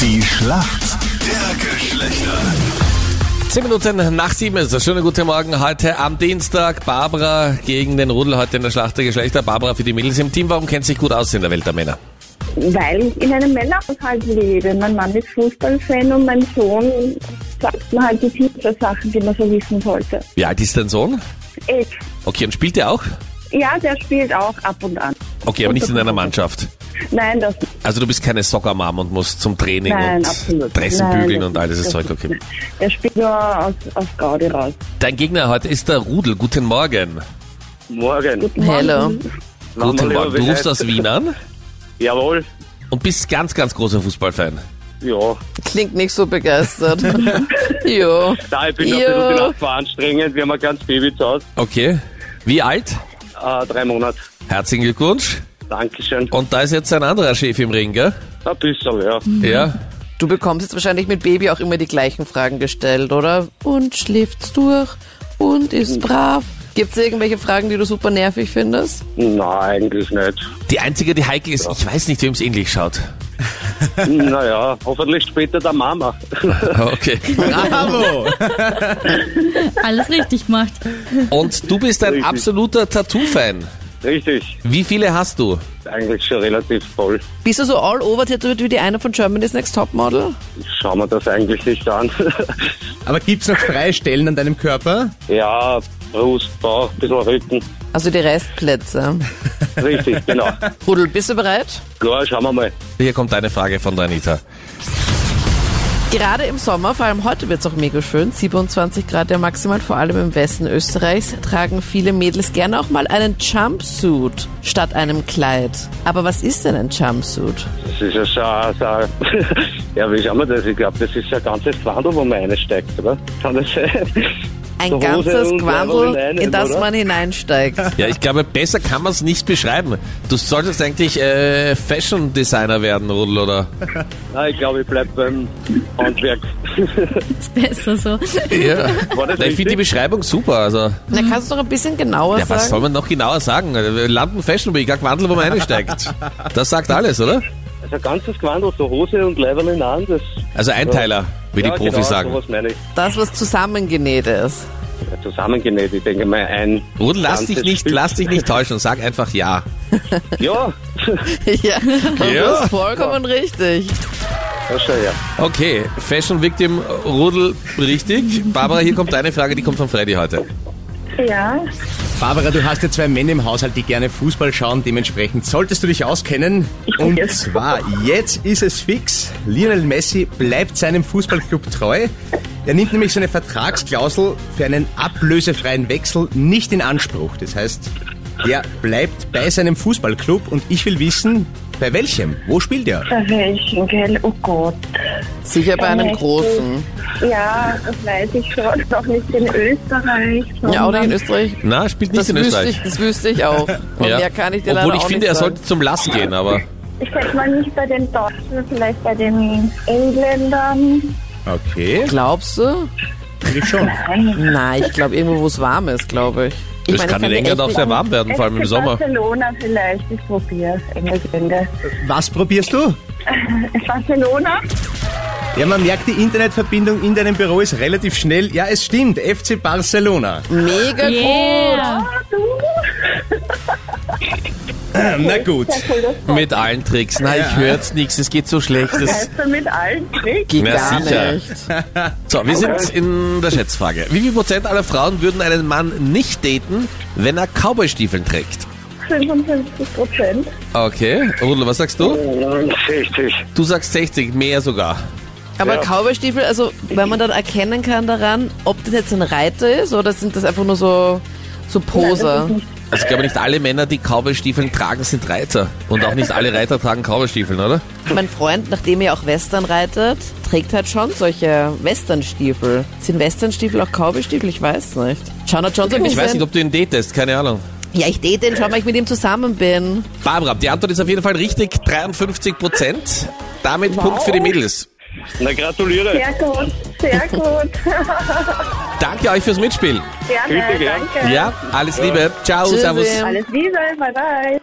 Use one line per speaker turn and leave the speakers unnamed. Die Schlacht der Geschlechter.
10 Minuten nach 7 ist das. Schönen guten Morgen heute am Dienstag. Barbara gegen den Rudel heute in der Schlacht der Geschlechter. Barbara für die Mädels im Team. Warum kennt sich gut aus in der Welt der Männer?
Weil ich in einem Männerhaushalt lebe. Mein Mann ist Fußballfan und mein Sohn sagt mir halt die Fußballsachen, die man so wissen sollte.
Wie alt ist dein Sohn?
Ich.
Okay, und spielt er auch?
Ja, der spielt auch ab und an.
Okay, aber nicht in einer Mannschaft.
Nein, das
Also du bist keine Soccer-Mom und musst zum Training
Nein,
und
absolut.
Dressen
Nein,
bügeln
das-
und all dieses
das-
Zeug. Okay.
der spielt nur aus, aus Gaudi raus.
Dein Gegner heute ist der Rudel. Guten Morgen.
Morgen.
Hello.
Guten Morgen. Du rufst aus Wien an
Jawohl.
und bist ganz, ganz großer Fußballfan.
Ja.
Klingt nicht so begeistert. jo.
Da ich bin noch
Ja.
ein bisschen die Nacht veranstrengend. Wir haben ein ganz Baby zu Hause.
Okay. Wie alt?
Äh, drei Monate.
Herzlichen Glückwunsch.
Dankeschön.
Oh.
Und da ist jetzt ein anderer Chef im Ring, gell?
Ein bisschen, ja.
Mhm.
Ja.
Du bekommst jetzt wahrscheinlich mit Baby auch immer die gleichen Fragen gestellt, oder? Und schläft's durch und ist brav. Gibt's irgendwelche Fragen, die du super nervig findest?
Nein, eigentlich nicht.
Die einzige, die heikel ist, ich weiß nicht, wem es ähnlich schaut.
naja, hoffentlich später der Mama.
Okay.
alles richtig gemacht.
Und du bist ein
Richtig.
absoluter Tattoo-Fan.
Richtig.
Wie viele hast du?
Eigentlich schon relativ voll.
Bist du so all over tätowiert wie die eine von Germany's Next Topmodel?
Ich schau mir das eigentlich nicht an.
Aber gibt's noch freie Stellen an deinem Körper?
ja, Brust, Bauch, bisschen Rücken.
Also die Restplätze.
Richtig, genau.
Rudel, bist du bereit?
Klar, schauen wir mal.
Hier kommt eine Frage von der Anita.
Gerade im Sommer, vor allem heute wird's auch mega schön, 27 Grad der Maximal, vor allem im Westen Österreichs, tragen viele Mädels gerne auch mal einen Jumpsuit statt einem Kleid. Aber was ist denn ein Jumpsuit?
Das ist ja so, so ja, wie schauen wir das? Ich glaube, das ist ja ein ganzes Quandel, wo man einsteigt, oder? Kann das sein?
Ein
So Hose
ganzes
und
Quandel,
Ärmel hinein,
in das
oder?
man hineinsteigt.
Ja, ich glaube, besser kann man es nicht beschreiben. Du solltest eigentlich äh, Fashion-Designer werden, Rudel, oder?
Nein, ich glaube, ich bleib beim Handwerk.
Ist besser so.
Ja.
War
Na, ich finde
das
die
richtig?
Beschreibung super. Also,
Na, kannst du doch ein bisschen genauer
ja, was soll
sagen?
man noch genauer sagen? Lampen Fashion Week, ein Quandel, wo man einsteigt. Das sagt alles, oder?
Also ein ganzes Quandel, so Hose und Leiberl in der Hand, das...
Also Einteiler, wie die
ja,
Profis
genau,
sagen.
sowas meine ich.
Das, was zusammengenäht ist.
Ja, Zusammengenäht, ich denke mal, ein...
Rudel, lass dich
ganzes
nicht,
Stück.
lass dich nicht täuschen. Sag einfach ja.
Ja,
ja, man
Ja.
ist vollkommen richtig.
das schon, ja.
Okay, Fashion Victim Rudel, richtig. Barbara, hier kommt deine Frage, die kommt von Freddy heute.
Ja,
Barbara, du hast ja zwei Männer im Haushalt, die gerne Fußball schauen. Dementsprechend solltest du dich auskennen. Und
jetzt.
zwar, jetzt ist es fix. Lionel Messi bleibt seinem Fußballclub treu. Er nimmt nämlich seine Vertragsklausel für einen ablösefreien Wechsel nicht in Anspruch. Das heißt, er bleibt bei seinem Fußballclub und ich will wissen, bei welchem? Wo spielt er?
bei welchen, gell? Oh Gott.
Sicher bei einem großen.
Ja, das weiß ich schon. Doch nicht in Österreich.
Ja, oder in
sondern-
Österreich.
Na, spielt nicht
Das
in
wüsste,
Österreich.
ich, das wüsste ich auch. Und mehr kann ich dir
Obwohl
leider
ich
auch
finde,
nicht
er
sagen.
sollte zum Lass gehen, aber
Ich denke mal nicht bei den Deutschen, vielleicht bei den Engländern.
Okay,
Glaubst du?
natürlich schon.
Nein, ich glaube irgendwo, wo es warm ist, glaube ich. ich
es kann in
dir
England
echt
auch
nicht-
sehr warm werden, vor allem im
FC
Sommer.
Barcelona vielleicht, ich probiere Engländer.
Was probierst du?
Barcelona?
Ja, man merkt, die Internetverbindung in deinem Büro ist relativ schnell. Ja, es stimmt, FC Barcelona.
Mega
Yeah.
Ah, du?
Na gut.
Mit allen Tricks. Nein, ich höre jetzt nichts, es geht so schlecht. Das,
Weißt du, mit allen Tricks?
Geht
Na,
gar
sicher.
nicht.
so, wir sind in der Schätzfrage. Wie viel Prozent aller Frauen würden einen Mann nicht daten, wenn er Cowboystiefeln trägt?
55 Prozent.
Okay, Rudel, was sagst du?
60.
Du sagst 60, mehr sogar.
Aber Cowboystiefel, also wenn man dann erkennen kann daran, ob das jetzt ein Reiter ist oder sind das einfach nur so, so Poser.
Also ich glaube nicht alle Männer, die Cowboystiefeln tragen, sind Reiter. Und auch nicht alle Reiter tragen Cowboystiefeln, oder?
mein Freund, nachdem er auch Western reitet, trägt halt schon solche Westernstiefel. Sind Westernstiefel auch Cowboystiefel? Ich weiß nicht. Schauen halt schon so ein
Ich
bisschen.
weiß nicht, ob du ihn datest, keine Ahnung.
ja, ich date den, schau mal, ich mit ihm zusammen bin.
Barbara, die Antwort ist auf jeden Fall richtig, 53 Prozent. Damit Punkt für die Mädels.
Na, gratuliere.
Sehr gut, sehr gut.
Danke euch fürs Mitspielen.
Gerne,
Bitte, gell?
danke.
Ja, alles Liebe. Ciao,
Tschüssi.
servus.
Alles Liebe, bye bye.